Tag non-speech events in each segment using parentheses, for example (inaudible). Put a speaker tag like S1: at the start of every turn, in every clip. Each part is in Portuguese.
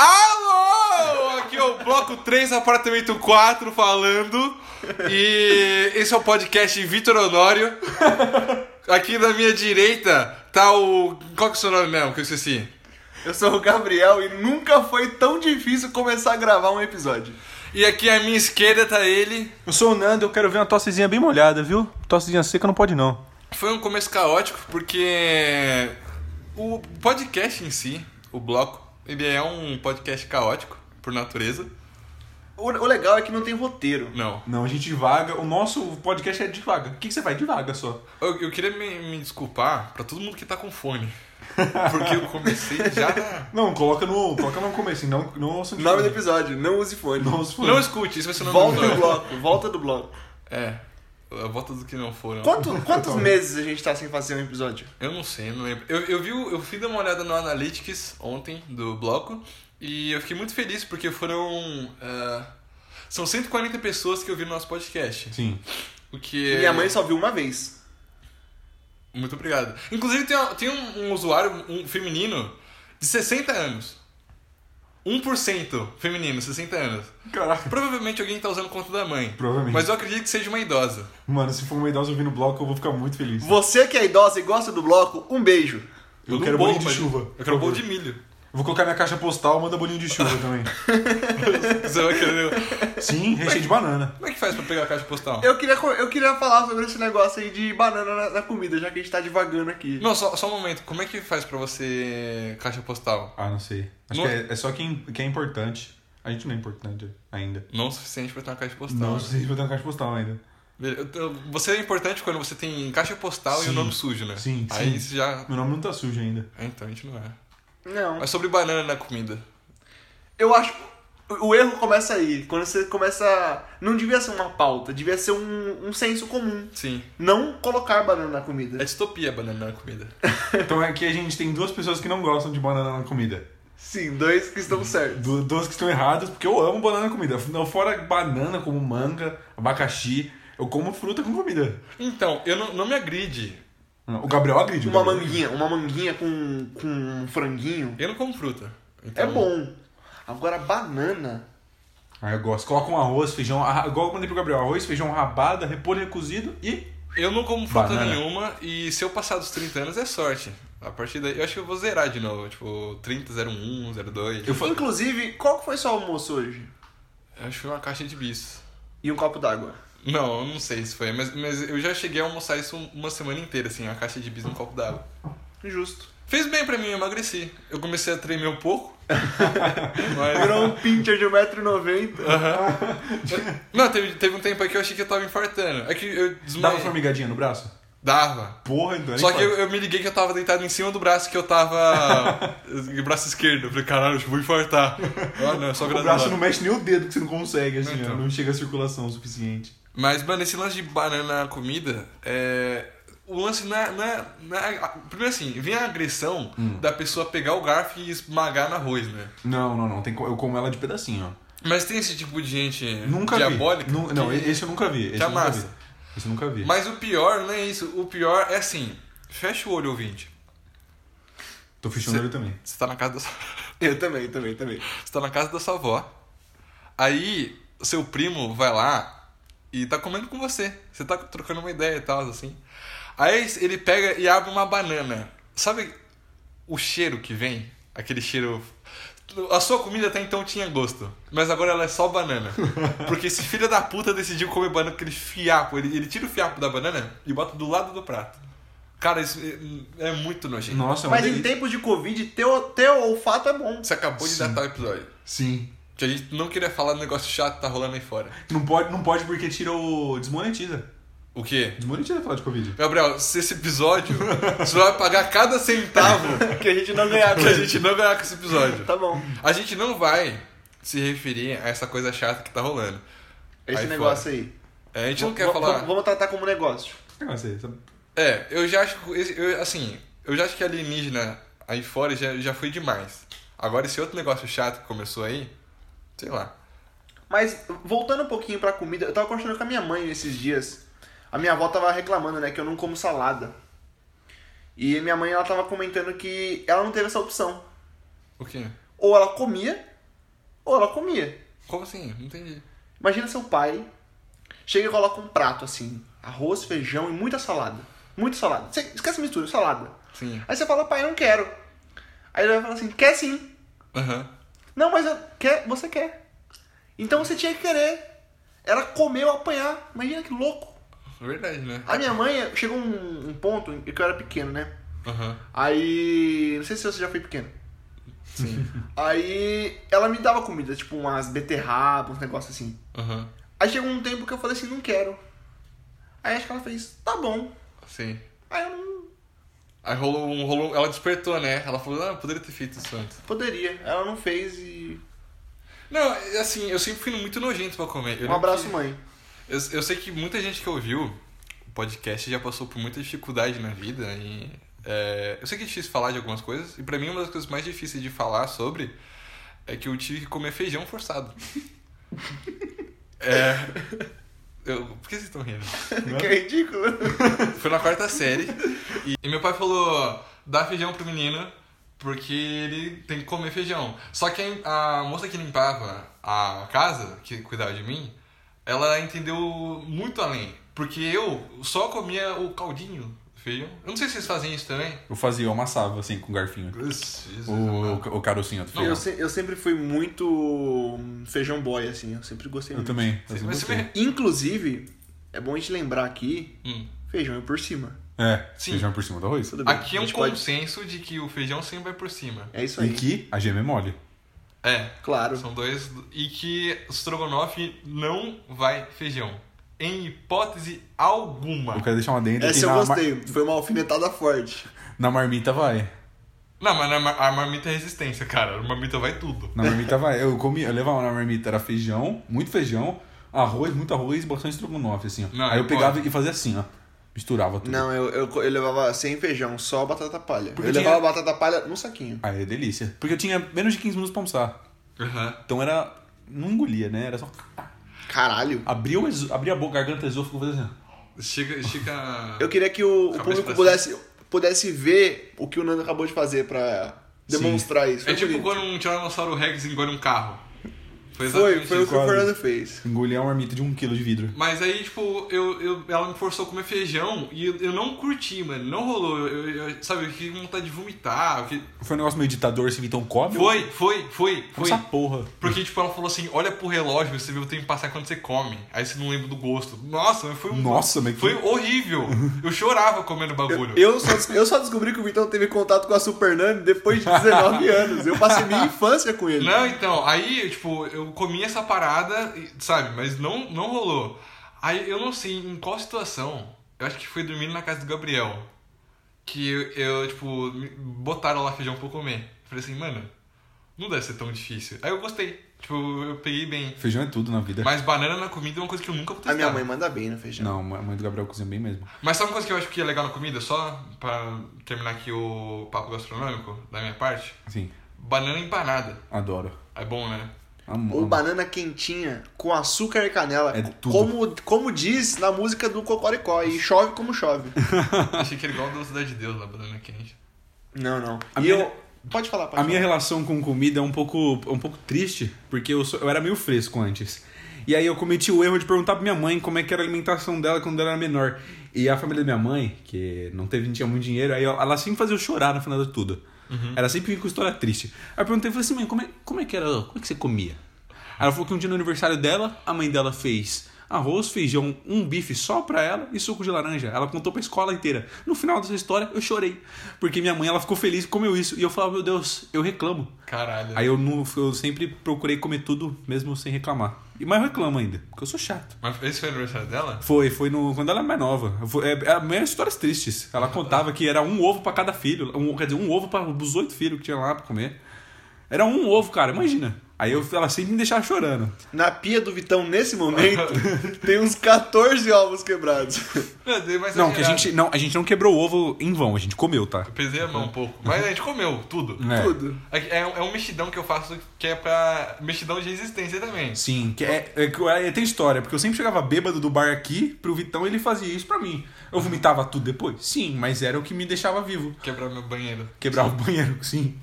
S1: é Bloco 3, apartamento 4 falando. E esse é o podcast Vitor Honório. Aqui na minha direita tá o. Qual que é o seu nome mesmo? Que eu esqueci.
S2: Eu sou o Gabriel e nunca foi tão difícil começar a gravar um episódio.
S1: E aqui à minha esquerda tá ele.
S3: Eu sou o Nando, eu quero ver uma tossezinha bem molhada, viu? Tossezinha seca não pode não.
S1: Foi um começo caótico porque o podcast em si, o bloco, ele é um podcast caótico por natureza.
S2: O, o legal é que não tem roteiro.
S1: Não.
S3: Não, a gente divaga, o nosso podcast é divaga. O que, que você vai? Divaga só.
S1: Eu, eu queria me, me desculpar pra todo mundo que tá com fone. Porque eu comecei já.
S3: Não, coloca no, coloca no começo, não, não ouça no
S2: Nome do episódio, não use fone.
S3: Não ouça
S1: Não escute, isso vai ser o nome
S2: Volta
S1: do
S2: do
S3: (laughs)
S1: episódio.
S2: bloco, volta do bloco.
S1: É. A volta do que não foram.
S2: Quanto- quantos meses a gente tá sem fazer um episódio?
S1: Eu não sei, eu não lembro. Eu, eu, vi, o- eu fui dar uma olhada no Analytics ontem do bloco e eu fiquei muito feliz porque foram. ah, são 140 pessoas que ouviram nosso podcast.
S3: Sim.
S1: O que é.
S2: Minha mãe só viu uma vez.
S1: Muito obrigado. Inclusive, tem, tem um, um usuário um feminino de 60 anos. 1% feminino, 60 anos.
S3: Caraca.
S1: Provavelmente alguém tá usando conta da mãe.
S3: Provavelmente.
S1: Mas eu acredito que seja uma idosa.
S3: Mano, se for uma idosa ouvindo o bloco, eu vou ficar muito feliz.
S2: Você que é idosa e gosta do bloco, um beijo.
S3: Eu
S1: não
S3: quero
S1: bolo,
S3: bolinho de
S1: mas-
S3: chuva.
S1: Eu quero
S3: Por
S1: bolo
S3: favor.
S1: de milho.
S3: Vou colocar minha caixa postal, manda bolinho de
S1: (laughs)
S3: chuva também.
S1: Você vai querer-
S3: Sim, recheio de banana.
S1: Como é que faz pra pegar a caixa postal?
S2: Eu queria, co- eu queria falar sobre esse negócio aí de banana na, na comida, já que a gente tá divagando aqui.
S1: Não, só, só um momento. Como é que faz pra você caixa postal?
S3: Ah, não sei. Acho
S1: No-
S3: que é, é só quem, quem é importante. A gente não é importante ainda.
S1: Não o suficiente pra ter uma caixa postal.
S3: Não sei se vai ter uma caixa postal ainda.
S1: Beleza. Então, Você é importante quando você tem caixa postal e o
S3: Sim.
S1: nome sujo, né?
S3: Sim,
S1: Aí
S3: sim.
S1: você já...
S3: Meu nome não tá sujo ainda.
S1: Ah, então a gente não é.
S2: Não.
S1: Mas sobre banana na comida.
S2: Eu acho. O o erro começa aí, quando você começa. Não devia ser uma pauta, devia ser um, um senso comum.
S1: Sim.
S2: Não colocar banana na
S1: É
S2: comida.
S1: distopia a banana na comida.
S3: Então aqui a gente tem duas pessoas que não gostam de banana na comida.
S2: Sim, dois que
S1: Hum,
S2: estão certos.
S3: Du- Duas que estão erradas, porque eu amo banana na comida. Não, Fora banana, como manga, abacaxi, eu como fruta com comida.
S1: Então, eu não, não me agride.
S3: O Gabriel agride. o
S2: Uma
S3: Gabriel.
S2: manguinha, uma manguinha com, com um franguinho.
S1: Eu não como fruta. Então,
S2: É bom. Agora, banana.
S3: Ah, eu gosto. Coloca um arroz, feijão, arra- igual eu mandei pro Gabriel, arroz, feijão rabada, repolho cozido e...
S1: Eu não como fruta
S3: Banana.
S1: nenhuma e se eu passar dos 30 anos é sorte. A partir daí, eu acho que eu vou zerar de novo. Tipo, 30, 01, 02.
S3: Eu fa-
S2: Inclusive, qual que foi seu almoço hoje?
S1: Eu acho que foi uma caixa de bis.
S2: E um copo d'água.
S1: Não, eu não sei se foi, mas, mas eu já cheguei a almoçar isso uma semana inteira, assim, uma caixa de bis num copo d'água.
S2: Justo.
S1: Fez bem pra mim, eu emagreci. Eu comecei a tremer um pouco. (laughs) mas...
S2: Virou um pincher de 1,90m.
S1: É. Aham. Não, teve, teve um tempo aí que eu achei que eu tava infartando. É que eu
S3: Dava
S1: desmaiei.
S3: formigadinha no braço?
S1: Dava.
S3: Porra, então...
S1: Só
S3: nem
S1: que eu,
S3: faz.
S1: eu me liguei que eu tava deitado em cima do braço que eu tava. (laughs) de braço esquerdo. Eu falei, caralho, eu vou
S3: (laughs)
S1: infartar. Ah, não, é só
S3: O braço
S1: gradual.
S3: não mexe nem o dedo, que você não consegue, assim,
S1: Então.
S3: ó, não chega a circulação o suficiente.
S1: Mas, mano, esse lance de banana na comida é. O lance não é. Não é, não é- Primeiro assim, vem a agressão
S3: Hum.
S1: da pessoa pegar o garfo e esmagar no arroz, né?
S3: Não, não, não, tem co- eu como ela de pedacinho, ó.
S1: Mas tem esse tipo de gente
S3: Nunca
S1: diabólica.
S3: vi. Nu- Não,
S1: que-
S3: esse eu nunca vi. Esse
S1: que
S3: eu nunca vi.
S1: amassa.
S3: Esse eu nunca vi.
S1: Mas o pior não é isso. O pior é assim. Fecha o olho, ouvinte.
S3: Tô fechando
S1: Cê-
S3: ele também.
S1: Você tá na casa da sua, (laughs)
S2: Eu também, também, também.
S1: você tá na casa da sua avó. Aí, seu primo vai lá e tá comendo com você. Você tá trocando uma ideia e tal, assim. Aí ele pega e abre uma banana. Sabe o cheiro que vem? Aquele cheiro. A sua comida até então tinha gosto, mas agora ela é só banana. Porque esse filho da puta decidiu comer banana com aquele fiapo. Ele, ele tira o fiapo da banana e bota do lado do prato. Cara, isso é, é muito nojento.
S3: Nossa, é uma
S2: Mas em
S3: delícia.
S2: tempos de Covid, teu, teu olfato é
S1: (laughs)
S2: bom.
S1: Você acabou de
S3: Sim.
S1: datar o episódio.
S3: Sim.
S1: Que a gente não queria falar do negócio chato que tá rolando aí fora.
S3: Não pode, não pode porque tira o. Desmonetiza.
S1: O quê?
S3: Desmonetiza falar de Covid.
S1: Gabriel, se esse episódio, você vai pagar cada centavo
S2: Que a gente não ganhava. né?
S1: que a gente não ganhar com esse episódio.
S2: Tá bom.
S1: A gente não vai se referir a essa coisa chata que tá rolando.
S2: Esse
S1: Aí
S2: negócio aí.
S1: É, a gente não
S2: V-
S1: quer
S2: v-
S1: falar.
S2: v- Vamos tratar como negócio.
S3: Que negócio é esse?
S1: É, eu já acho que. esse- eu- assim, eu já acho que alienígena aí fora já, já foi demais. Agora, esse outro negócio chato que começou aí, sei lá.
S2: Mas voltando um pouquinho pra comida, eu tava conversando com a minha mãe esses dias. A minha avó tava reclamando, né, que eu não como salada. E minha mãe ela tava comentando que ela não teve essa opção.
S1: O quê?
S2: Ou ela comia, ou ela comia.
S1: Como assim? Não entendi.
S2: Imagina seu pai chega e coloca um prato assim: arroz, feijão e muita salada. Muita salada. Você esquece a mistura, salada.
S1: Sim.
S2: Aí você fala, pai, não quero. Aí ele vai falar assim: quer sim.
S1: Aham.
S2: Não, mas eu- quer, você quer. Então você tinha que querer. Era comer ou apanhar. Imagina que louco.
S1: Verdade, né?
S2: A minha mãe chegou um, um ponto em que eu era pequeno, né?
S1: Aham.
S2: Aí. Não sei se você já foi pequeno.
S1: Sim.
S2: Aí ela me dava comida, tipo umas beterrabas, uns negócios assim.
S1: Aham.
S2: Aí chegou um tempo que eu falei assim, não quero. Aí acho que ela fez, tá bom.
S1: Sim.
S2: Aí eu não
S1: Aí rolou um. Rolou, ela despertou, né? Ela falou, ah, eu poderia ter feito isso antes.
S2: poderia. Ela não fez e.
S1: Não, assim, eu sempre fui muito nojento pra comer. Eu
S2: Um
S1: lembro
S2: abraço,
S1: que-
S2: mãe.
S1: Eu, eu sei que muita gente que ouviu o podcast já passou por muita dificuldade na vida e é, eu sei que é difícil falar de algumas coisas e pra mim uma das coisas mais difíceis de falar sobre é que eu tive que comer feijão
S2: (laughs)
S1: forçado. é, eu, por que vocês estão rindo?
S2: (laughs) que ridículo.
S1: Foi na quarta série e, e meu pai falou dá feijão pro menino porque ele tem que comer feijão. Só que a, a moça que limpava a casa, que cuidava de mim, ela entendeu muito além. Porque eu só comia o caldinho do feijão. Eu não sei se vocês fazem isso também.
S3: Eu fazia, eu amassava assim com o garfinho. O, o,
S1: O-
S3: o carocinho do
S1: Não.
S2: Eu,
S3: feijão.
S2: se- eu sempre fui muito feijão boy, assim. Eu sempre gostei
S3: Eu
S2: muito.
S3: também. Eu sempre
S1: Mas você
S3: gostei.
S1: me...
S2: Inclusive, é bom a gente lembrar aqui,
S1: Hum.
S2: feijão é por cima.
S3: É,
S1: Sim.
S3: feijão por cima do arroz.
S2: Tudo bem.
S1: Aqui é
S2: a
S1: um
S2: gente pode-
S1: consenso de que o feijão sempre vai por cima.
S2: É isso aí.
S3: E que a gema é mole.
S1: É,
S2: Claro.
S1: São dois. E que estrogonofe não vai feijão. Em hipótese alguma.
S3: Eu quero deixar uma dentro
S2: Essa
S3: que
S2: eu
S3: na, mar-
S2: gostei. Foi uma alfinetada forte.
S3: na marmita vai.
S1: Não, mas na mar- a marmita é resistência, cara. A marmita vai tudo.
S3: Na marmita vai. Eu comia, eu levava na marmita, era feijão, muito feijão, arroz, muito arroz e bastante estrogonofe, assim, ó.
S1: Não,
S3: Aí eu
S1: eu
S3: pegava e fazia assim, ó. Misturava tudo.
S2: Não, eu, eu, eu levava sem feijão, só batata palha.
S3: Porque
S2: eu
S3: tinha-
S2: levava batata palha num saquinho.
S3: Aí é delícia. Porque eu tinha menos de 15 minutos pra almoçar.
S1: Aham.
S3: Então era. Não engolia, né? Era só.
S2: Caralho.
S3: Abria,
S1: um
S3: o esô- abria a boca, garganta esôfago, fazia assim. ó.
S1: Estica. estica...
S2: Eu queria que o, o
S1: Cabeça
S2: público
S1: pra
S2: pudesse, pudesse ver o que o Nando acabou de fazer pra demonstrar isso. Foi
S1: É tipo
S2: bonito.
S1: quando um Tiranossauro Rex engole um carro. Foi
S2: Foi,
S1: exatamente
S2: foi o
S1: isso.
S2: que o
S3: Quase.
S2: Fernando fez.
S3: Engolia uma marmita de um quilo de vidro.
S1: Mas aí, tipo, eu, eu, ela me forçou a comer feijão e eu, eu não curti, mano. Não rolou. Eu, eu- eu- sabe, eu fiquei com vontade de vomitar. eu fiquei-
S3: Foi um negócio meio ditador, assim, então come.
S1: Foi, foi, foi, foi.
S3: Essa porra.
S1: Porque, tipo, ela falou assim, olha pro relógio, você vê o tempo passar quando você come. Aí você não lembra do gosto. Nossa, mas foi um...
S3: Nossa, mas que-
S1: Foi horrível. Eu chorava comendo bagulho.
S2: Eu só, eu só descobri que o Vitão teve contato com a Super Nani depois de
S3: (laughs)
S2: 19 anos. Eu passei minha infância com ele.
S1: Não, então, aí, tipo, eu comi essa parada, e- sabe, mas não, não rolou. Aí eu não sei em qual situação, eu acho que foi dormindo na casa do Gabriel, que eu, eu, tipo, me botaram lá feijão pra eu comer. Eu falei assim, mano, não deve ser tão difícil. Aí eu gostei, tipo, eu peguei bem.
S3: Feijão é tudo na vida.
S1: Mas banana na comida é uma coisa que eu nunca vou testar.
S2: A minha mãe manda bem no feijão.
S3: Não, a mãe do Gabriel cozinha bem mesmo.
S1: Mas sabe uma coisa que eu acho que é legal na comida, só pra terminar aqui o papo gastronômico da minha parte?
S3: Assim,
S1: Banana empanada.
S3: adoro.
S1: É bom,
S2: (laughs)
S1: né?
S3: Amo,
S2: Ou
S3: amo.
S2: banana quentinha com açúcar e canela.
S3: É tudo.
S2: Como, como diz na música do Cocoricó. E chove como chove.
S1: Achei que era igual a doce de Deus lá, banana quente.
S2: Não, não.
S3: A
S2: e
S3: minha-
S2: eu. Pode falar, pode
S3: A minha
S2: falar.
S3: relação com comida é um pouco, é um pouco triste, porque eu, sou- eu era meio fresco antes. E aí eu cometi o erro de perguntar pra minha mãe como é que era a alimentação dela quando ela era menor. E a família da minha mãe, que não teve, não tinha muito dinheiro, aí ela sempre fazia eu chorar no final de tudo. Ela sempre vinha com história triste. Aí eu perguntei, falei assim, mãe, como é, como é que era, como é que você comia? Aí Ela falou que um dia no aniversário dela, a mãe dela fez arroz, feijão, um bife só pra ela e suco de laranja. Ela contou pra escola inteira. No final dessa história, eu chorei. Porque minha mãe, ela ficou feliz que comeu isso. E eu falava, meu Deus, eu reclamo.
S1: Caralho.
S3: Aí eu, não, eu sempre procurei comer tudo, mesmo sem reclamar. E Mas eu reclamo ainda, porque eu sou chato.
S1: Mas esse foi o aniversário dela?
S3: Foi, foi no, quando ela era mais nova. Foi, é, é, meio histórias tristes. Ela contava que era um ovo pra cada filho. Um, quer dizer, um ovo para os oito filhos que tinha lá pra comer. Era um ovo, cara, imagina. Aí eu, ela sempre me deixava chorando.
S2: Na pia do Vitão, nesse
S3: (laughs)
S2: momento, tem uns 14 ovos quebrados.
S1: Meu Deus, mas
S3: Não, que a gente não, a gente não quebrou o ovo em vão, a gente comeu, tá?
S1: Eu pesei a mão um pouco. Mas a gente comeu tudo.
S3: É.
S2: Tudo.
S1: É, é um- é um mexidão que eu faço que é pra. mexidão de resistência também.
S3: Sim, que é, é, que- é- tem história, porque eu sempre chegava bêbado do bar aqui pro Vitão e ele fazia isso pra mim. Eu vomitava tudo depois? Sim, mas era o que me deixava vivo.
S1: Quebrar meu banheiro.
S3: Quebrar o banheiro, sim.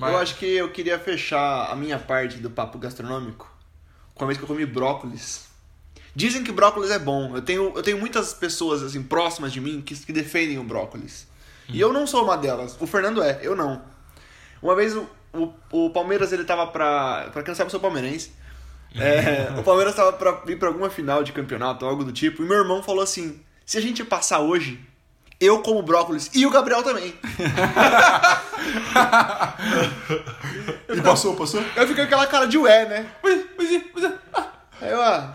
S1: Mas-
S2: Eu acho que eu queria fechar a minha parte do papo gastronômico com a vez que eu comi brócolis. Dizem que brócolis é bom. Eu tenho, eu tenho muitas pessoas assim próximas de mim que, que defendem o brócolis. E eu não sou uma delas. O Fernando é, eu não. Uma vez o, o, o Palmeiras ele tava pra. Pra quem não sabe, eu sou palmeirense. É, o Palmeiras tava pra ir pra alguma final de campeonato, algo do tipo. E meu irmão falou assim: se a gente passar hoje, eu como brócolis e o Gabriel também.
S3: (laughs) E passou, passou?
S2: Eu fiquei com aquela cara de ué, né?
S3: Mas, mas, mas, ah.
S2: Aí eu, ah.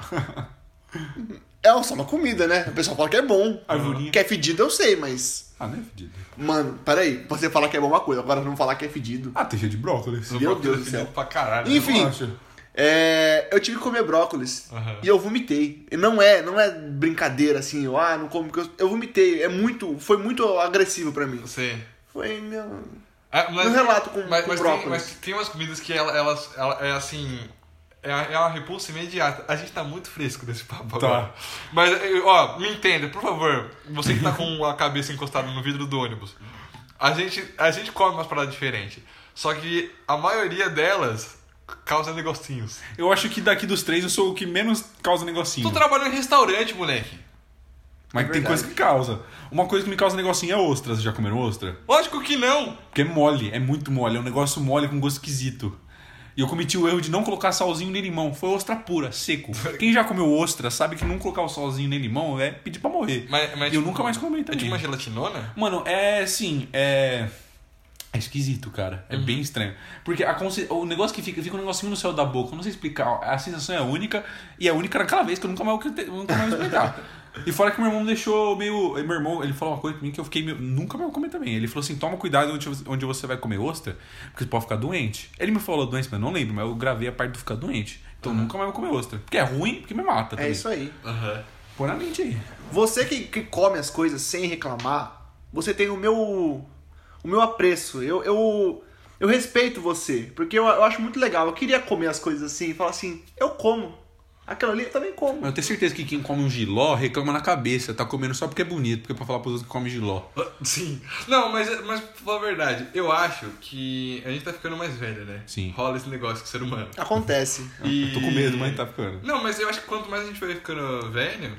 S2: É só uma comida, né? O pessoal fala que é bom.
S3: Arvorinha.
S2: Que é fedido, eu sei, mas.
S3: Ah, não é fedido.
S2: Mano, peraí. Você falar que é bom é uma coisa, agora não falar que é fedido.
S3: Ah, tem cheio de brócolis.
S1: Sou
S2: Meu
S1: brócolis
S2: Deus do
S1: fedido
S2: céu.
S1: Pra caralho.
S2: Enfim.
S3: Eu acho.
S2: É, eu tive que comer brócolis
S1: Aham.
S2: e eu vomitei. E não é, não é brincadeira assim, eu, ah, não como porque eu, eu vomitei. É muito, foi muito agressivo pra mim.
S1: Não sei.
S2: Foi meu.
S1: Ah, mas,
S2: Um relato com-
S1: mas,
S2: com
S1: mas
S2: brócolis.
S1: Tem, mas tem umas comidas que ela, elas, ela é assim. É é uma repulsa imediata. A gente tá muito fresco desse papo
S3: Tá.
S1: agora. Mas, eh, ó, me entenda, por favor. Você que tá com a cabeça encostada no vidro do ônibus. A gente, a gente come umas paradas diferentes. Só que a maioria delas causa negocinhos.
S3: Eu acho que daqui dos três eu sou o que menos causa negocinho.
S1: Tu trabalha em restaurante, moleque.
S3: Mas
S2: É
S3: tem
S2: verdade.
S3: coisa que causa. Uma coisa que me causa negocinho é ostra. Vocês já comeram ostra?
S1: Lógico que não.
S3: Porque é mole, é muito mole, é um negócio mole com gosto esquisito. E eu cometi o erro de não colocar salzinho nem limão. Foi ostra pura,
S1: (laughs)
S3: seco. Quem já comeu ostra sabe que não colocar o salzinho nem limão é pedir pra morrer.
S1: Mas, mas,
S3: E eu
S1: tipo,
S3: nunca mais comi
S1: É
S3: também.
S1: tipo uma gelatinona?
S3: Mano, é assim, é. É esquisito, cara.
S2: Uhum.
S3: É bem estranho. Porque a consci- o negócio que fica, fica um negocinho no céu da boca, eu não sei explicar. A sensação é única e é única naquela vez que eu nunca mais, eu nunca mais vou explicar.
S2: (laughs)
S3: e fora que meu irmão me deixou meio. Meu irmão, ele falou uma coisa pra mim que eu fiquei. meio- Nunca mais vou comer também. Ele falou assim: toma cuidado onde, você- onde você vai comer ostra, porque você pode ficar doente. Ele me falou doença, mas eu não lembro, mas eu gravei a parte do ficar doente. Então nunca mais vou comer ostra. Porque é ruim, porque me mata.
S2: Uhum. É isso aí.
S1: Aham.
S3: Põe na mente aí.
S2: Você que, que come as coisas sem reclamar, você tem o meu. o meu apreço. Eu, eu, eu respeito você, porque eu, eu acho muito legal. Eu queria comer as coisas assim e falar assim, eu como. Aquilo ali eu também como.
S3: Mas eu tenho certeza que quem come um giló reclama na cabeça, tá comendo só porque é bonito, porque é pra falar pros outros que come giló.
S1: (laughs) Sim. Não, mas, mas pra falar a verdade, eu acho que a gente tá ficando mais velho, né?
S3: Sim. Ah,
S1: Rola esse negócio com o ser humano.
S2: Acontece.
S1: E...
S3: Eu tô com medo, mas tá ficando.
S1: Não, mas eu acho que quanto mais a gente vai ficando velho,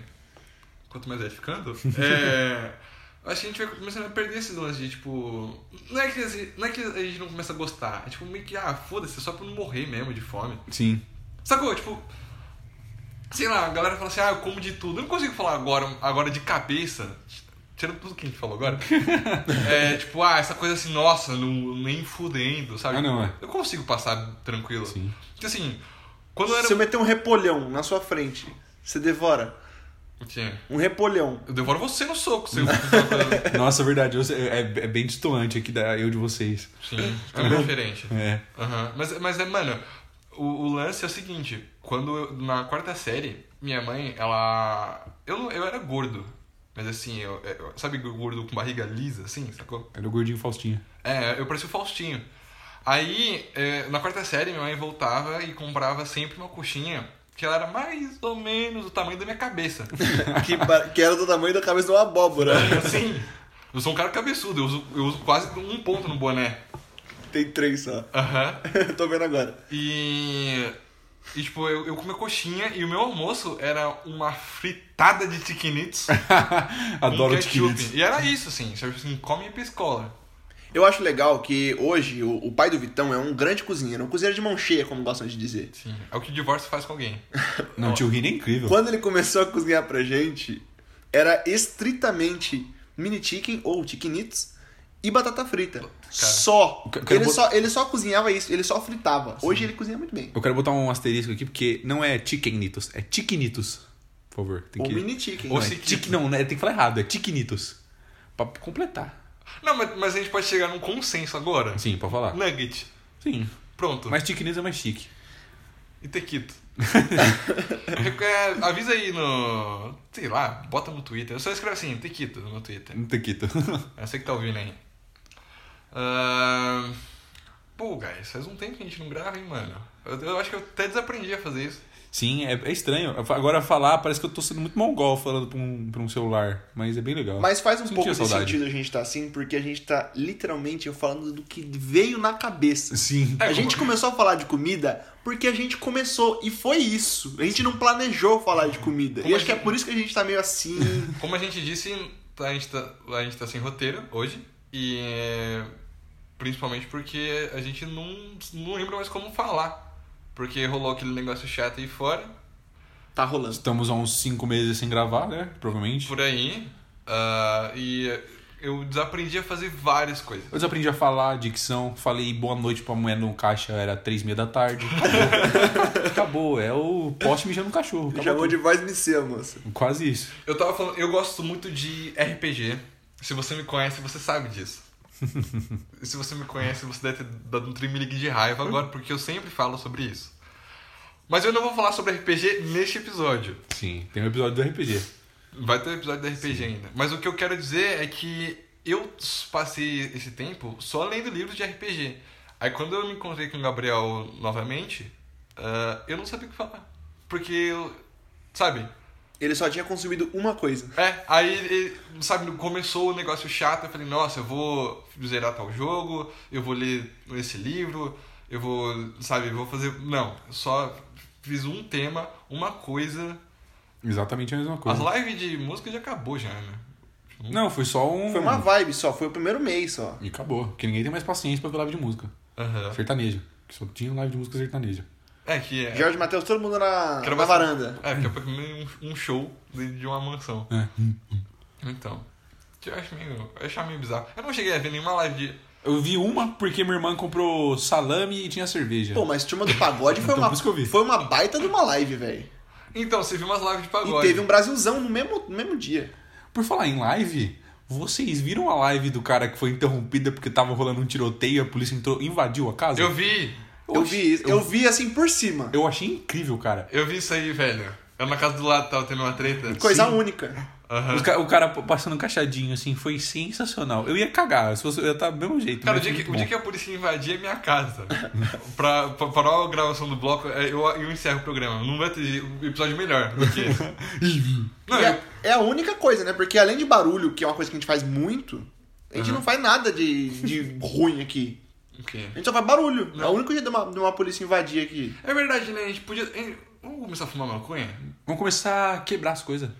S1: quanto mais vai
S3: (laughs)
S1: ficando, é... eu Acho que a gente vai começando a perder esses lances de, tipo... Não é, que, assim- não é que a gente não começa a gostar. É tipo, meio que, ah, foda-se, é só pra não morrer mesmo de fome.
S3: Sim.
S1: Sacou? Tipo... Sei lá, a galera fala assim, ah, eu como de tudo. Eu não consigo falar agora, agora de cabeça, tirando tudo que a gente falou
S3: (laughs)
S1: agora. é, tipo, ah, essa coisa assim, nossa, não, nem fudendo, sabe?
S3: Ah, não, é.
S1: Eu consigo passar tranquilo.
S3: Sim.
S1: Porque assim, quando eu era...
S2: Se eu meter um repolhão na sua frente, você devora.
S1: O quê?
S2: Um repolhão.
S1: Eu devoro você no soco,
S3: (laughs)
S1: se eu...
S3: Nossa, é verdade, eu- é, é bem distoante aqui da eu de vocês.
S1: Sim, é bem diferente.
S3: É.
S1: Aham. Mas, mas é, mano, o, o lance é o seguinte, quando eu, na quarta série, minha mãe, ela. Eu, não- eu era gordo. Mas assim, eu, eu- sabe gordo com barriga lisa, assim, sacou?
S3: Era o gordinho Faustinha. (laughs)
S1: É, eu parecia o Faustinho. Aí, é, na quarta série, minha mãe voltava e comprava sempre uma coxinha que ela era mais ou menos o tamanho da minha cabeça.
S2: Que, pa- que era do tamanho da cabeça de uma abóbora.
S1: Assim, eu sou um cara cabeçudo, eu uso, eu uso quase um ponto no boné.
S2: Tem três só. (laughs)
S1: Aham.
S2: Tô vendo agora.
S1: E. E, tipo, eu, eu comia coxinha e o meu almoço era uma fritada de tiquinitos
S3: (laughs) Adoro
S1: com ketchup.
S3: tiquinitos.
S1: E era isso, assim, sabe assim, come e piscola.
S2: Eu acho legal que hoje o, o pai do Vitão é um grande cozinheiro, um cozinheiro de mão cheia, como gostam de dizer.
S1: Sim, é o que o divórcio faz com alguém.
S3: Não, tio Rino é incrível.
S2: Quando ele começou a cozinhar pra gente, era estritamente mini chicken ou chickenitos e batata frita. Só.
S3: Eu quero
S2: Ele,
S3: bot-
S2: só. ele só cozinhava isso, ele só fritava. Hoje ele cozinha muito bem.
S3: Eu quero botar um asterisco aqui, porque não é chiquenitos, é tiquinitos. Por favor, tem
S2: Ou
S3: que...
S2: mini chicken.
S1: Ou
S3: Não, é
S1: chiquito.
S3: tique- não, né, tem que falar errado, é tiquinitos. Pra completar.
S1: Não, mas, mas a gente pode chegar num consenso agora.
S3: Sim, pra falar.
S1: Nugget.
S3: Sim.
S1: Pronto.
S3: Tá. Mas tiquinitos é mais chique.
S1: E tequito. (laughs) É, avisa aí no. Sei lá, bota no Twitter. Eu só escreve assim, tequito no Twitter.
S3: Tiquito.
S1: É você que tá ouvindo aí. Ah, Pô, guys, faz um tempo que a gente não grava, hein, mano. Eu, eu acho que eu até desaprendi a fazer isso.
S3: Sim, é, é estranho. Agora falar, parece que eu tô sendo muito mongol falando pra um, pra um celular, mas é bem legal.
S2: Mas faz um
S3: Sentia
S2: pouco de
S3: saudade.
S2: sentido a gente tá assim, porque a gente tá literalmente falando do que veio na cabeça.
S3: Sim.
S1: É,
S2: a gente começou a falar de comida porque a gente começou, e foi isso. A gente não planejou falar de comida.
S1: Como
S2: e
S1: a
S2: acho que é
S1: gente-
S2: por isso que a gente tá meio assim.
S1: Como a gente disse, a gente tá, a gente tá sem roteiro hoje. E é, principalmente porque a gente não, não lembra mais como falar. Porque rolou aquele negócio chato aí fora,
S2: (laughs) tá rolando.
S3: Estamos há uns cinco meses sem gravar, né? Provavelmente.
S1: por aí. ah, e eu desaprendi a fazer várias coisas.
S3: Eu desaprendi a falar, dicção, falei boa noite pra mulher no caixa, era três e meia da
S2: (laughs)
S3: tarde. Acabou, é o poste mijando no cachorro. acabou
S2: Chamou de
S3: tudo.
S2: voz missê, moça.
S3: Quase isso.
S1: Eu tava falando, eu gosto muito de RPG. Se você me conhece, você sabe disso. Se você me conhece, você deve ter dado um trimilig de raiva agora, porque eu sempre falo sobre isso. Mas eu não vou falar sobre RPG neste episódio.
S3: Sim, tem um episódio do RPG.
S1: Vai ter um episódio do RPG ainda. Mas o que eu quero dizer é que eu passei esse tempo só lendo livros de RPG. Aí quando eu me encontrei com o Gabriel novamente, ah, eu não sabia o que falar. Porque eu. Sabe?
S2: Ele só tinha consumido uma coisa.
S1: É, aí, ele, sabe, começou o negócio chato. Eu falei, nossa, eu vou zerar tal jogo, eu vou ler esse livro, eu vou, sabe, eu vou fazer. Não, eu só fiz um tema, uma coisa.
S3: Exatamente a mesma coisa.
S1: As lives de música já acabou, já, né?
S3: Não, foi só um.
S2: Foi uma vibe só, foi o primeiro mês só.
S3: E acabou. Porque ninguém tem mais paciência pra ver live de música.
S1: Aham.
S3: Sertaneja. Que só tinha live de música sertaneja.
S1: É que é.
S2: Jorge Matheus, todo mundo tá na,
S1: Quero
S2: na
S1: mostrar-
S2: varanda.
S1: É, daqui a pouco meio um, um show de, de uma mansão.
S3: É.
S1: Então. que Eu acho meio. Eu acho meio bizarro. Eu não cheguei a ver nenhuma live de.
S3: Eu vi uma porque minha irmã comprou salame e tinha cerveja.
S2: Pô, mas Turma do Pagode foi,
S3: Então,
S2: uma,
S3: por isso que eu vi.
S2: foi uma baita de uma live, velho.
S1: Então, você viu umas lives de
S2: E
S1: pagode.
S2: teve um Brasilzão no mesmo, no mesmo dia.
S3: Por falar em live, vocês viram a live do cara que foi interrompida porque tava rolando um tiroteio, a polícia entrou, invadiu a
S2: um-
S3: casa?
S1: Eu vi.
S2: Eu vi isso. Eu vi assim por cima.
S3: Eu achei incrível, cara.
S1: Eu vi isso aí, velho. Eu na casa do lado tava tendo uma treta.
S2: Coisa um.
S3: Sim.
S2: única.
S1: Aham.
S3: Os ca- O cara passando cachadinho, assim, foi sensacional. Eu ia cagar, se fosse, eu ia estar do mesmo jeito.
S1: Cara, o
S3: mas
S1: dia,
S3: foi
S1: que, o
S3: muito
S1: dia que
S3: bom.
S1: a polícia invadir a minha
S2: (laughs)
S1: casa pra, pra parar a gravação do bloco, é, eu, eu encerro o programa. Não vai ter um episódio melhor do que
S2: (laughs)
S1: esse. Não,
S2: E
S1: eu-
S2: é, é a única coisa, né? Porque além de barulho, que é uma coisa que a gente faz muito, a
S1: Uhum.
S2: gente não faz nada de,
S1: (laughs)
S2: de ruim aqui.
S1: ok.
S2: A gente só faz barulho. É o único jeito de uma, de uma polícia invadir aqui.
S1: É verdade, né? A gente podia. hein, Vamos começar a fumar maconha?
S3: Vamos começar a quebrar as coisas.
S1: Tá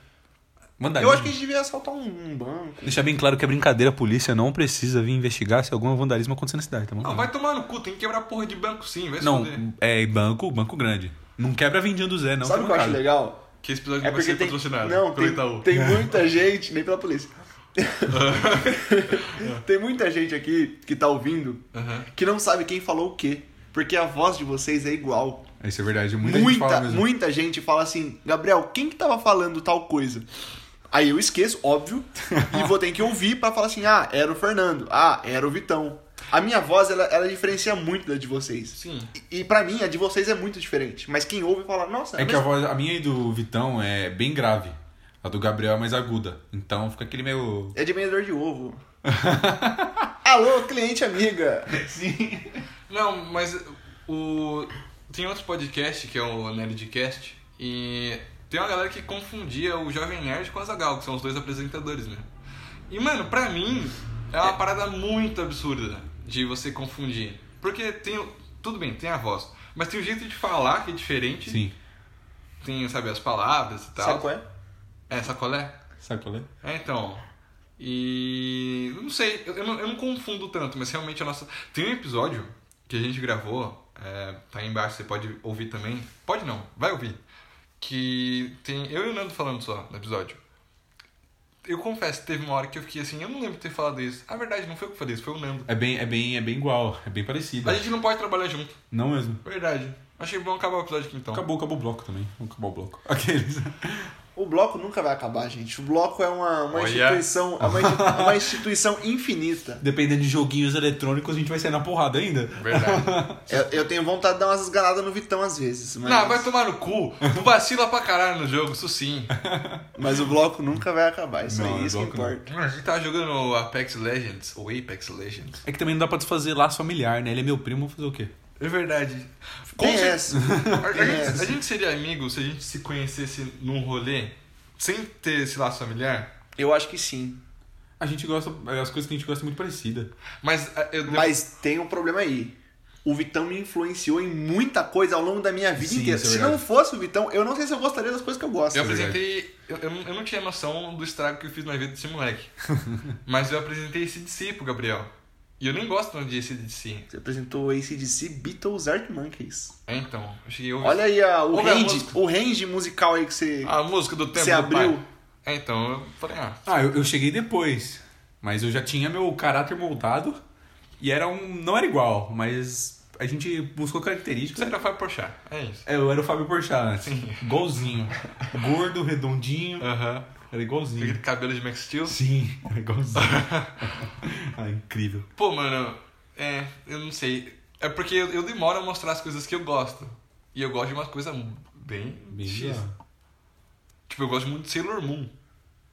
S3: Manda
S2: Eu acho que a gente devia assaltar um, um banco.
S3: Deixar bem claro que é brincadeira, a polícia não precisa vir investigar se algum vandalismo aconteceu na cidade, tá bom?
S1: Não, vai tomar no cu, tem que quebrar porra de banco sim, vai se
S3: Não,
S1: foder.
S3: é banco, banco grande. Não quebra a vendinha do Zé, não.
S2: Sabe o que
S3: tá
S2: eu acho
S3: bancado.
S2: legal?
S1: Que esse episódio
S2: É
S1: não vai
S2: porque
S1: ser
S2: tem,
S1: patrocinado pelo
S2: não, tem,
S1: Itaú. (laughs)
S2: tem muita gente, nem pela polícia.
S1: É.
S2: tem muita gente aqui que tá ouvindo
S1: Aham.
S2: que não sabe quem falou o quê. Porque a voz de vocês é igual.
S3: Isso é verdade, muita,
S2: Muita,
S3: gente fala
S2: muita gente,
S3: mesmo.
S2: fala assim, Gabriel, quem que tava falando tal coisa? Aí eu esqueço,
S3: (laughs)
S2: óbvio, e vou ter que ouvir pra falar assim, ah, era o Fernando, ah, era o Vitão. A minha voz, ela, ela diferencia muito da de vocês.
S1: Sim.
S2: E, e pra mim, a de vocês é muito diferente. Mas quem ouve fala, nossa,
S3: É
S2: mas
S3: que a voz, a minha e do Vitão é bem grave. A do Gabriel é mais aguda. Então fica aquele meio.
S2: é de vendedor de
S3: (laughs)
S2: ovo. Alô, cliente amiga. Sim.
S1: Não, mas o. Tem outro podcast que é o Nerdcast. E tem uma galera que confundia o Jovem Nerd com o Azagal, que são os dois apresentadores, né? E, mano, pra mim, é uma parada muito absurda de você confundir. Porque tem. o- Tudo bem, tem a voz. Mas tem o jeito de falar que é diferente.
S3: Sim.
S1: Tem, sabe, as palavras e tal.
S2: Sabe qual é?
S1: É, sacolé?
S3: Sabe qual é?
S1: É, então. E. eu Não sei, eu, eu não, eu não confundo tanto, mas realmente a nossa. Tem um episódio que a gente gravou, é, tá aí embaixo, você pode ouvir também. Pode não, vai ouvir. Que tem eu e o Nando falando só no episódio. Eu confesso, teve uma hora que eu fiquei assim, eu não lembro de ter falado isso. A verdade, não foi eu que falei isso, foi o Nando.
S3: É bem, é bem, é bem igual, é bem parecido.
S1: A gente não pode trabalhar junto,
S3: Não mesmo.
S1: verdade. Achei bom acabar o episódio aqui então.
S3: Acabou, acabou o bloco também. Vamos acabar o bloco. (laughs) Aqueles.
S2: O bloco nunca vai acabar, gente. O bloco é uma, uma
S1: Olha.
S2: instituição, é uma, é uma instituição infinita.
S3: Dependendo de joguinhos eletrônicos, a gente vai sair na porrada ainda.
S1: Verdade.
S2: Eu, eu tenho vontade de dar umas esganadas no Vitão às vezes,
S1: (laughs)
S2: mas,
S1: Não, vai tomar no cu. Tu vacila pra caralho no jogo, isso sim.
S2: mas o bloco nunca vai acabar. Isso
S3: Não,
S2: é
S3: o
S2: isso que
S3: bloco não.
S2: importa.
S1: Mano, a gente tava jogando Apex Legends, ou Apex Legends.
S3: É que também não dá pra desfazer laço familiar, né? Ele é meu primo, vou fazer o quê?
S1: É verdade. Com
S2: Tem
S1: cer- (laughs)
S2: essa.
S1: a, a
S2: Tem
S1: gente,
S2: essa.
S1: a gente seria amigo se a gente se conhecesse num rolê sem ter esse laço familiar?
S2: Eu acho que sim.
S3: A gente gosta. As coisas que a gente gosta é muito parecida.
S1: Mas a- eu,
S2: Mas tem um problema aí. O Vitão me influenciou em muita coisa ao longo da minha vida
S3: Sim,
S2: inteira.
S3: isso é
S2: Se
S3: verdade.
S2: não fosse o Vitão, eu não sei se eu gostaria das coisas que eu gosto.
S1: eu
S3: é verdade.
S1: apresentei. Eu, eu não- eu não tinha noção do estrago que eu fiz na vida desse
S2: (laughs)
S1: moleque. Mas eu apresentei esse de si pro Gabriel. E eu nem gosto tanto de esse de si.
S2: Você apresentou o ACDC Beatles Art Monkeys.
S1: É, então, eu cheguei a ouvir-
S2: Olha aí a- o,
S1: Ouve a
S2: range,
S1: música.
S2: o range musical aí que você.
S1: a música do tempo.
S2: Você
S1: do
S2: abriu?
S1: pai. É, então, eu falei, ah,
S3: Ah, eu, eu cheguei depois. Mas eu já tinha meu caráter moldado. E era um. Não era igual, mas a gente buscou
S1: você
S3: características.
S1: era Fábio Porchat. É isso.
S3: É, eu era o Fábio Porchat antes. Igualzinho. Gordo, redondinho.
S1: Aham.
S3: Era igualzinho.
S1: Aquele cabelo de Max Steel.
S3: Sim, era igualzinho. (laughs) ah, incrível.
S1: Pô, mano, é, eu não sei. É porque eu, eu demoro a mostrar as coisas que eu gosto. E eu gosto de umas coisas bem.
S3: Bem
S1: X.
S3: bizarro.
S1: Tipo, eu gosto muito de Sailor Moon.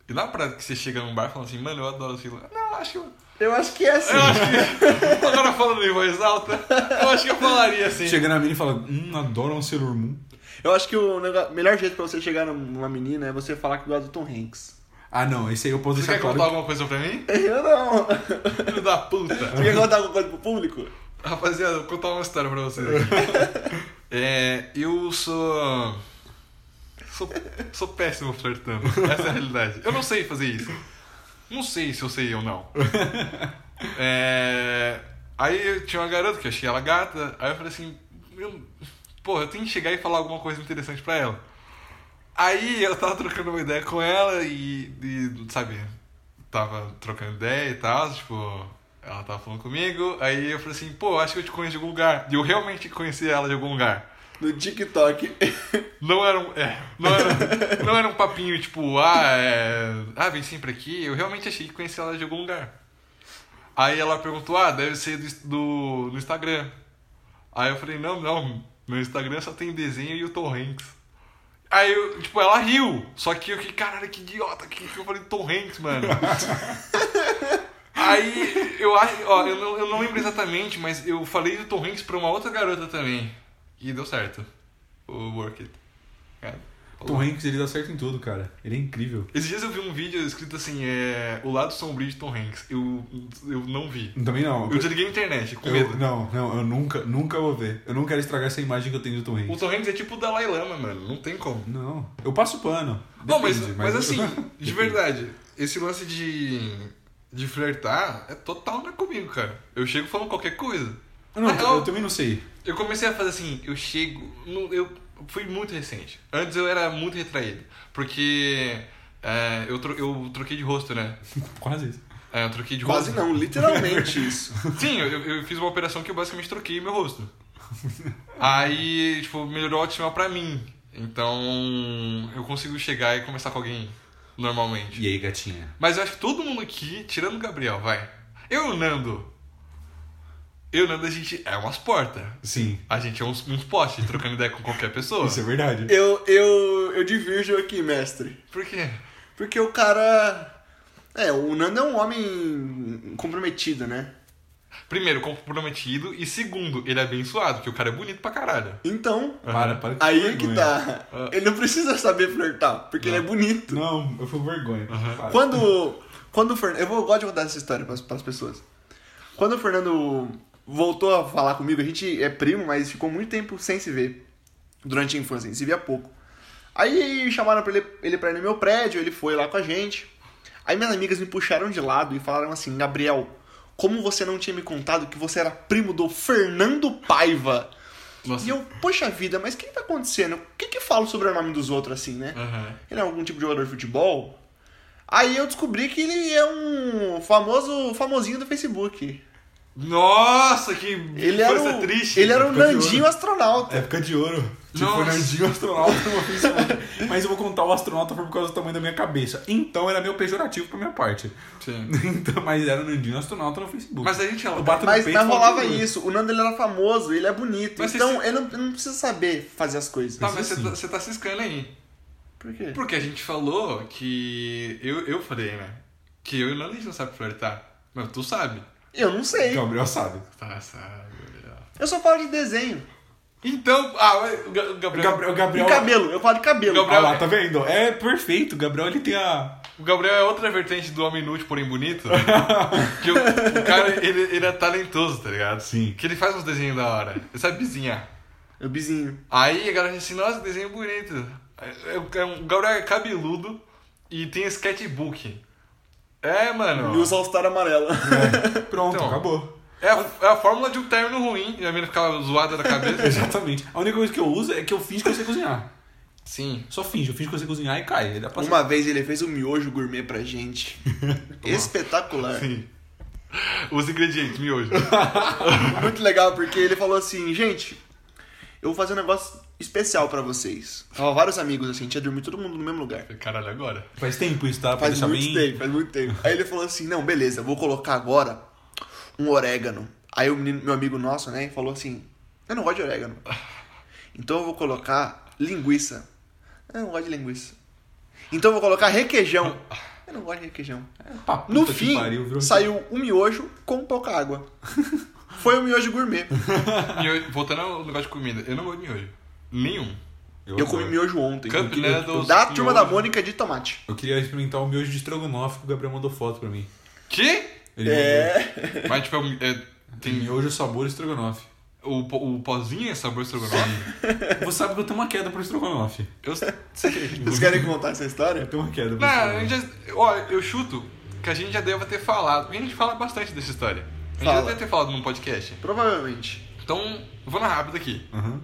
S1: E não é pra que você chega num bar e fala assim, mano, eu adoro Sailor Moon. Não, acho que. Eu
S2: Eu acho que é assim.
S1: eu acho que. Agora falando em voz alta, eu acho que eu falaria assim.
S3: Chega na mina e fala, hum, adoro um ser hormônio.
S2: Eu acho que o nego- melhor jeito pra você chegar numa menina é você falar que gosta do Tom Hanks.
S3: Ah, não, esse aí eu posso
S1: Você
S3: deixar
S1: quer
S3: claro.
S1: contar alguma coisa pra mim?
S2: Eu não.
S1: Filho da puta.
S2: Você quer contar alguma coisa pro público?
S1: Rapaziada, vou contar uma história pra vocês aqui. É, eu sou. Sou, sou péssimo flertando. Essa é a realidade. Eu não sei fazer isso. Não sei se eu sei ou não. É, aí eu tinha uma garota que eu achei ela gata. Aí eu falei assim: eu, Porra, eu tenho que chegar e falar alguma coisa interessante pra ela. Aí eu tava trocando uma ideia com ela e, e sabe, tava trocando ideia e tal, tipo, ela tava falando comigo, aí eu falei assim, pô, acho que eu te conheço de algum lugar. E eu realmente conheci ela de algum lugar.
S2: No TikTok.
S1: Não era um. É, não, era, não era um papinho tipo, ah, é, ah, vem sempre aqui. Eu realmente achei que conhecia ela de algum lugar. Aí ela perguntou, ah, deve ser do, do, do Instagram. Aí eu falei, não, não, meu Instagram só tem desenho e o Tom Hanks. Aí, eu, tipo, ela riu. Só que eu fiquei, caralho, que idiota. Que, que eu falei Tom Hanks, mano. Aí, eu acho, ó, eu não, eu não lembro exatamente, mas eu falei do Tom Hanks pra uma outra garota também. E deu certo. O Work It. É.
S3: Tom Hanks, ele dá certo em tudo, cara. Ele é incrível.
S1: Esses dias eu vi um vídeo escrito assim, é... O lado sombrio de Tom Hanks. Eu, eu não vi.
S3: Também não.
S1: Eu desliguei a internet, com
S3: Eu-
S1: medo.
S3: não, não, eu nunca, nunca vou ver. Eu não quero estragar essa imagem que eu tenho do Tom
S1: O
S3: Hanks.
S1: Tom Hanks é tipo o Dalai Lama, mano. Não tem como.
S3: Não. Eu passo pano.
S1: Bom, mas,
S3: Depende,
S1: mas
S3: eu- (laughs)
S1: assim, de
S3: Depende.
S1: verdade, esse lance de, de flertar é total né, comigo, cara. Eu chego falando qualquer coisa.
S3: Não,
S1: Na real,
S3: eu também não sei.
S1: Eu comecei a fazer assim, eu chego. no- eu fui muito recente. Antes eu era muito retraído. Porque é, eu, tro- eu troquei de rosto, né?
S3: Quase isso.
S1: É, eu troquei de
S2: Quase
S1: rosto.
S2: não, literalmente isso.
S1: Sim, eu, eu fiz uma operação que eu basicamente troquei meu rosto. (laughs) Aí, tipo, melhorou a autoestima pra mim. Então, eu consigo chegar e conversar com alguém normalmente.
S3: E aí, gatinha?
S1: Mas eu acho que todo mundo aqui, tirando o Gabriel, vai. Eu e o Nando. Eu e o Nando, a gente é umas portas.
S3: Sim.
S1: A gente é uns, uns postes, trocando ideia com qualquer pessoa.
S3: Isso é verdade.
S2: Eu, eu, eu divirjo aqui, mestre.
S1: Por quê?
S2: Porque o cara. É, o Nando é um homem comprometido, né?
S1: Primeiro, comprometido. E segundo, ele é abençoado, que o cara é bonito pra caralho.
S2: Então,
S3: Para, para. que
S2: aí
S3: eu
S2: é
S3: fico
S2: que
S3: vergonha. Ah.
S2: tá. Ele não precisa saber flertar, porque ele é bonito.
S3: Não, eu fui vergonha. Para.
S2: Quando. Quando o Fernando. Eu, vou- eu gosto de contar essa história pras, pras pessoas. Quando o Fernando voltou a falar comigo, a gente é primo, mas ficou muito tempo sem se ver. Durante a infância, a gente se via pouco. Aí chamaram pra ele, ele pra ir no meu prédio, ele foi lá com a gente. Aí minhas amigas me puxaram de lado e falaram assim: Gabriel, como você não tinha me contado que você era primo do Fernando Paiva?
S1: Nossa.
S2: E eu, poxa vida, mas o que, que tá acontecendo? O que que fala sobre o nome dos outros assim, né?
S1: Aham.
S2: ele é algum tipo de jogador de futebol. Aí eu descobri que ele é um famoso, famosinho do Facebook.
S1: Nossa, que
S2: Ele era
S1: coisa
S2: o,
S1: triste.
S2: ele era um o
S3: Ficou de
S2: Nandinho
S3: olho.
S2: astronauta.
S3: Época de ouro. Tipo,
S1: Nossa.
S3: o Nandinho, astronauta, uma vez só. Mas eu vou contar o astronauta foi por causa do tamanho da minha cabeça. Então era meio pejorativo pra minha parte. (laughs)
S1: Sim.
S3: Então, mas era o Nandinho astronauta no Facebook.
S1: Mas é a gente um
S3: eu bato
S2: Mas,
S3: no peito,
S2: mas rolava
S3: falo,
S2: isso. O Nando ele era famoso, ele é bonito.
S1: Mas
S2: então
S1: esse-
S2: ele não, não precisa saber fazer as coisas.
S1: Tá, mas você
S3: assim.
S1: tá, você tá ciscando aí.
S2: Por quê?
S1: Porque a gente falou que. Eu, eu falei, né? Que eu e o Nando a gente não sabe flertar. Mas tu sabe.
S2: Eu não sei.
S3: Gabriel sabe.
S1: Tá, sabe. Gabriel.
S2: Eu só falo de desenho.
S1: Então. Ah, mas o Ga- o
S3: O
S1: Gabriel.
S3: Gabriel, o
S2: De
S3: Gabriel.
S2: cabelo, eu falo de cabelo.
S1: Gabriel-
S3: Ah lá, tá vendo? É perfeito. O Gabriel ele tem a.
S1: O Gabriel é outra vertente do homem inútil, porém bonito. né? que o, o cara, ele, ele é talentoso, tá ligado?
S3: Sim.
S1: Que ele faz uns desenhos da hora. Ele sabe desenhar.
S2: Eu bizinho.
S1: Aí a galera disse, nossa, que desenho bonito. É- é- O Gabriel é cabeludo e tem sketchbook. É, mano.
S2: E usa All-Star amarela.
S3: Pronto,
S1: Então.
S3: acabou.
S1: É a, é a fórmula de um término ruim. E a menina ficava zoada da cabeça. (laughs)
S3: (laughs) Exatamente. A única coisa que eu uso é que eu finjo que eu sei cozinhar.
S1: Sim.
S3: Só finjo, eu finjo que eu sei cozinhar e cai. Dá pra
S2: Uma vez ele fez um miojo gourmet pra
S1: (laughs)
S2: gente. Espetacular.
S1: Sim. Os ingredientes, miojo.
S2: Muito legal, porque ele falou assim, gente, eu vou fazer um negócio especial pra vocês. Tava vários amigos, assim, tinha dormido todo mundo no mesmo lugar.
S1: Caralho, agora?
S3: Faz tempo isso, tá? Pra
S2: Faz
S3: deixar
S2: muito
S3: bem.
S2: tempo, faz muito tempo. Aí ele falou assim, não, beleza, eu vou colocar agora um orégano. Aí o menino, meu amigo nosso, né, falou assim, eu não gosto de orégano. Então eu vou colocar linguiça. Eu não gosto de linguiça. Então eu vou colocar requeijão. Eu não gosto de requeijão.
S3: Pá, puta
S2: No
S3: que
S2: fim,
S3: pariu, virou-
S2: saiu um miojo com pouca
S3: (laughs)
S2: água. Foi um miojo gourmet.
S1: Miojo- voltando ao negócio de comida, eu não gosto de miojo. Nenhum.
S2: Eu comi miojo ontem.
S1: Cup Noodles.
S2: Da turma da
S1: miojo.
S2: Mônica é de tomate.
S3: Eu queria experimentar o miojo de estrogonofe que o Gabriel mandou foto pra mim.
S1: Que?
S3: Ele
S1: Mas, tipo, é um- é- tem
S3: Tem miojo sabor estrogonofe.
S1: o, po- o pozinho é sabor estrogonofe?
S3: Você sabe que eu tenho uma queda pro estrogonofe.
S1: Eu sei.
S2: Vocês querem contar essa história?
S3: Eu tenho uma queda pro
S1: Não, a
S3: estrogonofe.
S1: gente já, ó, eu chuto que a gente já deva ter falado. Porque a gente fala bastante dessa história. A gente já
S2: Fala.
S1: deve ter falado num podcast.
S2: Provavelmente.
S1: Então, vou na rápida aqui.
S3: Aham.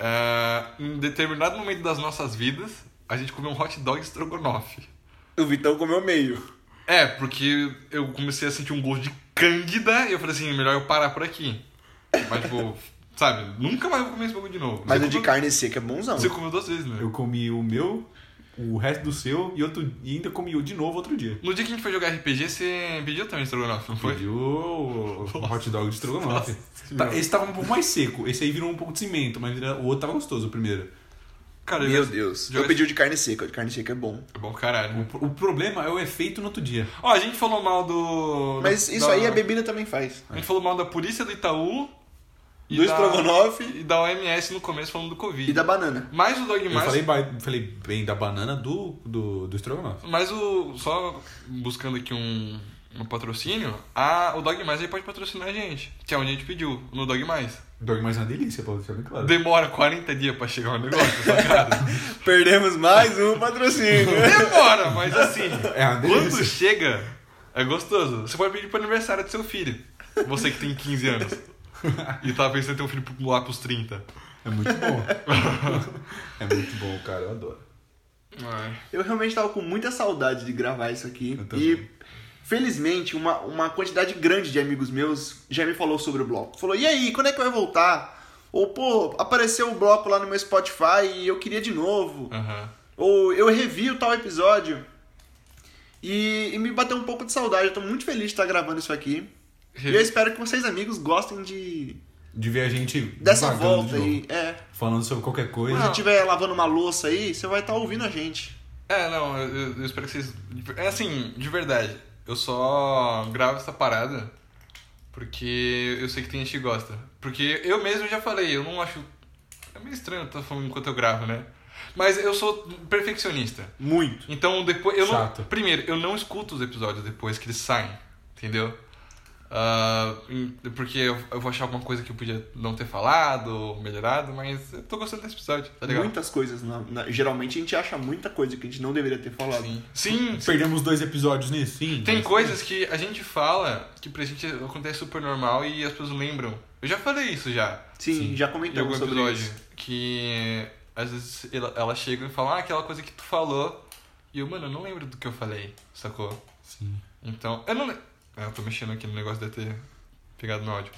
S1: Ah, em determinado momento das nossas vidas, a gente comeu um hot dog estrogonofe.
S2: O Vitão comeu meio.
S1: É, porque eu comecei a sentir um gosto de cândida e eu falei assim, melhor eu parar por aqui. Mas, tipo, (laughs) sabe, nunca mais vou comer esse bagulho de novo.
S2: Mas
S1: Você
S2: o de
S1: comeu-
S2: carne seca é bonzão.
S1: Você comeu duas vezes, né?
S3: Eu comi o meu, o resto do seu e, outro, e ainda comi o de novo outro dia.
S1: No dia que a gente foi jogar RPG, você pediu também estrogonofe, não foi?
S3: Pediu o o hot dog de estrogonofe. Tá, esse tava um pouco mais seco. Esse aí virou um pouco de cimento, mas vira- o outro tava gostoso, o primeiro.
S1: Cara,
S2: Meu
S1: eu-
S2: Deus.
S1: Já-
S2: Eu pedi o de carne seca. O de carne seca é bom.
S1: É bom caralho.
S3: O, o problema é o efeito no outro dia.
S1: Ó, a gente falou mal do...
S2: Mas
S1: do-
S2: isso
S1: da-
S2: aí é a bebida também faz.
S1: A gente falou mal da polícia do Itaú... e
S2: Do
S1: da-
S2: estrogonofe
S1: E da OMS no começo falando do Covid.
S2: e da banana.
S1: Mais o Dog
S3: Eu
S1: Mais...
S3: falei, ba- falei bem da banana do, do, do estrogonofe.
S1: Mas o. Só buscando aqui um, um patrocínio, a, o Dog Mais ele pode patrocinar a gente. Que é onde a gente pediu, no Dog Mais.
S3: Dog mais é uma delícia, pra deixar bem claro.
S1: Demora 40 dias pra chegar o negócio, (laughs) tá ligado?
S2: Perdemos mais um patrocínio.
S1: Demora, mas assim,
S3: É uma delícia.
S1: quando chega, é gostoso. Você pode pedir pro aniversário do seu filho. Você que tem 15
S3: (laughs)
S1: anos. E tá pensando em ter um filho pro- lá pros 30.
S3: É muito bom. é muito bom, (laughs) cara. Eu adoro.
S2: Eu realmente tava com muita saudade de gravar isso aqui.
S3: Eu também.
S2: E felizmente, uma, uma quantidade grande de amigos meus já me falou sobre o bloco. Falou, e aí, quando é que vai voltar? Ou, pô, apareceu o bloco lá no meu Spotify e eu queria de novo.
S1: Aham.
S2: Ou eu revi o tal episódio. E, e me bateu um pouco de saudade. Eu tô muito feliz de estar gravando isso aqui. E eu espero que vocês, amigos, gostem de
S3: De ver a gente
S2: dessa
S3: divagando
S2: volta
S3: de novo,
S2: aí. É.
S3: Falando sobre qualquer coisa.
S2: Quando você
S1: Não.
S2: estiver lavando uma louça aí, você vai estar ouvindo a gente.
S1: É, não, eu- eu, eu espero que vocês. É assim, de verdade, eu só gravo essa parada porque eu sei que tem gente que gosta. Porque eu mesmo já falei, eu não acho. É meio estranho eu estar falando enquanto eu gravo, né? Mas eu sou perfeccionista.
S2: Muito.
S1: Então depois. Eu não,
S3: Chato.
S1: primeiro, eu não escuto os episódios depois que eles saem, entendeu? Ah, em- porque eu, eu vou achar alguma coisa que eu podia não ter falado ou melhorado, mas eu tô gostando desse episódio, tá legal?
S2: Muitas coisas. na- na- geralmente a gente acha muita coisa que a gente não deveria ter falado.
S1: Sim. Sim,
S3: Perdemos dois episódios nisso, sim.
S1: Tem
S3: mas-
S1: coisas que a gente fala que pra gente acontece super normal e as pessoas lembram. Eu já falei isso já
S2: Sim,
S3: Sim.
S2: já
S1: em
S2: comentamos
S1: algum
S2: Então, sobre
S1: episódio.
S2: isso.
S1: Que às vezes ela- elas chegam e falam, ah, aquela coisa que tu falou. E eu, mano, eu não lembro do que eu falei, sacou?
S3: Sim.
S1: Ah, Então, eu não lembro. Eu tô mexendo aqui no negócio da ET. pegado no áudio.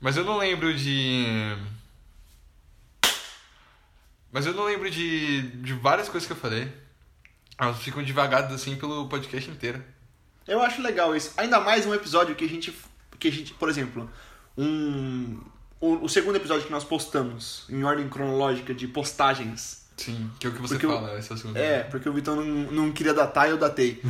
S1: Mas eu não lembro de. Mas eu não lembro de, de várias coisas que eu falei. Elas ficam divagadas assim pelo podcast inteiro.
S2: Eu acho legal isso. Ainda mais um episódio que a gente. Que a gente por exemplo, um. O, o segundo episódio que nós postamos, em ordem cronológica de postagens.
S1: Sim, que é o que você
S2: Porque eu-
S1: fala, essa é a segunda.
S2: É, porque o Vitão não, não queria datar e eu datei.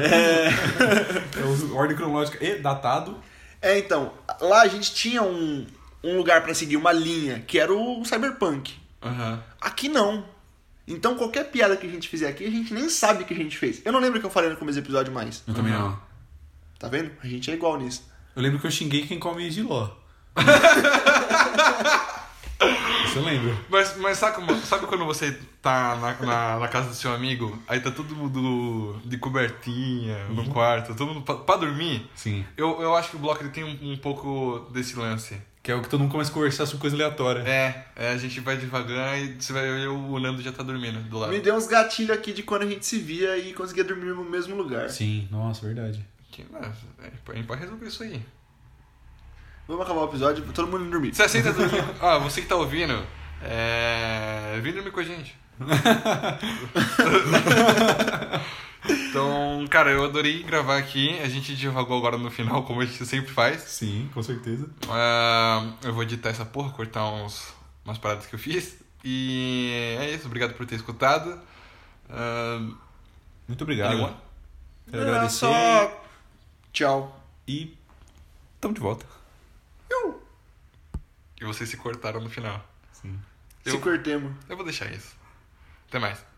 S2: é,
S3: Eu uso É ordem cronológica e datado.
S2: é, então, lá a gente tinha um, um lugar pra seguir, uma linha, que era o Cyberpunk.
S1: Aham.
S2: Aqui não. Então qualquer piada que a gente fizer aqui, a gente nem sabe o que a gente fez. Eu não lembro o que eu falei no começo do episódio mais.
S3: Eu também não.
S2: Tá vendo? A gente é igual nisso.
S3: Eu lembro que eu xinguei quem come giló. Você lembra?
S1: Mas, mas sabe, como- sabe quando você tá na, na, na casa do seu amigo, aí tá todo mundo de cobertinha
S2: Uhum.
S1: no quarto, todo mundo pra, pra dormir?
S3: Sim.
S1: Eu, eu acho que o bloco ele tem um, um pouco desse lance.
S3: Que é o que todo mundo começa a conversar sobre coisa aleatória.
S1: É, é, a gente vai devagar e você vai ver o Nando já tá dormindo do lado.
S2: Me deu uns gatilhos aqui de quando a gente se via e conseguia dormir no mesmo lugar.
S3: Sim, nossa, verdade.
S1: Que- não, é, a gente pode resolver isso aí.
S2: Vamos acabar o episódio pra todo mundo dormir.
S1: Você aceita dormir? (laughs) ah, você que tá ouvindo, é... vem dormir com a gente. então, cara, eu adorei gravar aqui. A gente divagou agora no final, como a gente sempre faz.
S3: Sim, com certeza.
S1: Ah, eu vou editar essa porra, cortar uns, umas paradas que eu fiz. E é isso, obrigado por ter escutado. Ah,
S3: Muito obrigado.
S1: Anyone?
S3: Quero
S2: Era
S3: agradecer
S2: só- Tchau.
S3: e tamo de volta.
S1: e vocês se cortaram no final.
S3: Sim.
S1: Eu-
S2: Se cortemos.
S1: Eu vou deixar isso. Até mais.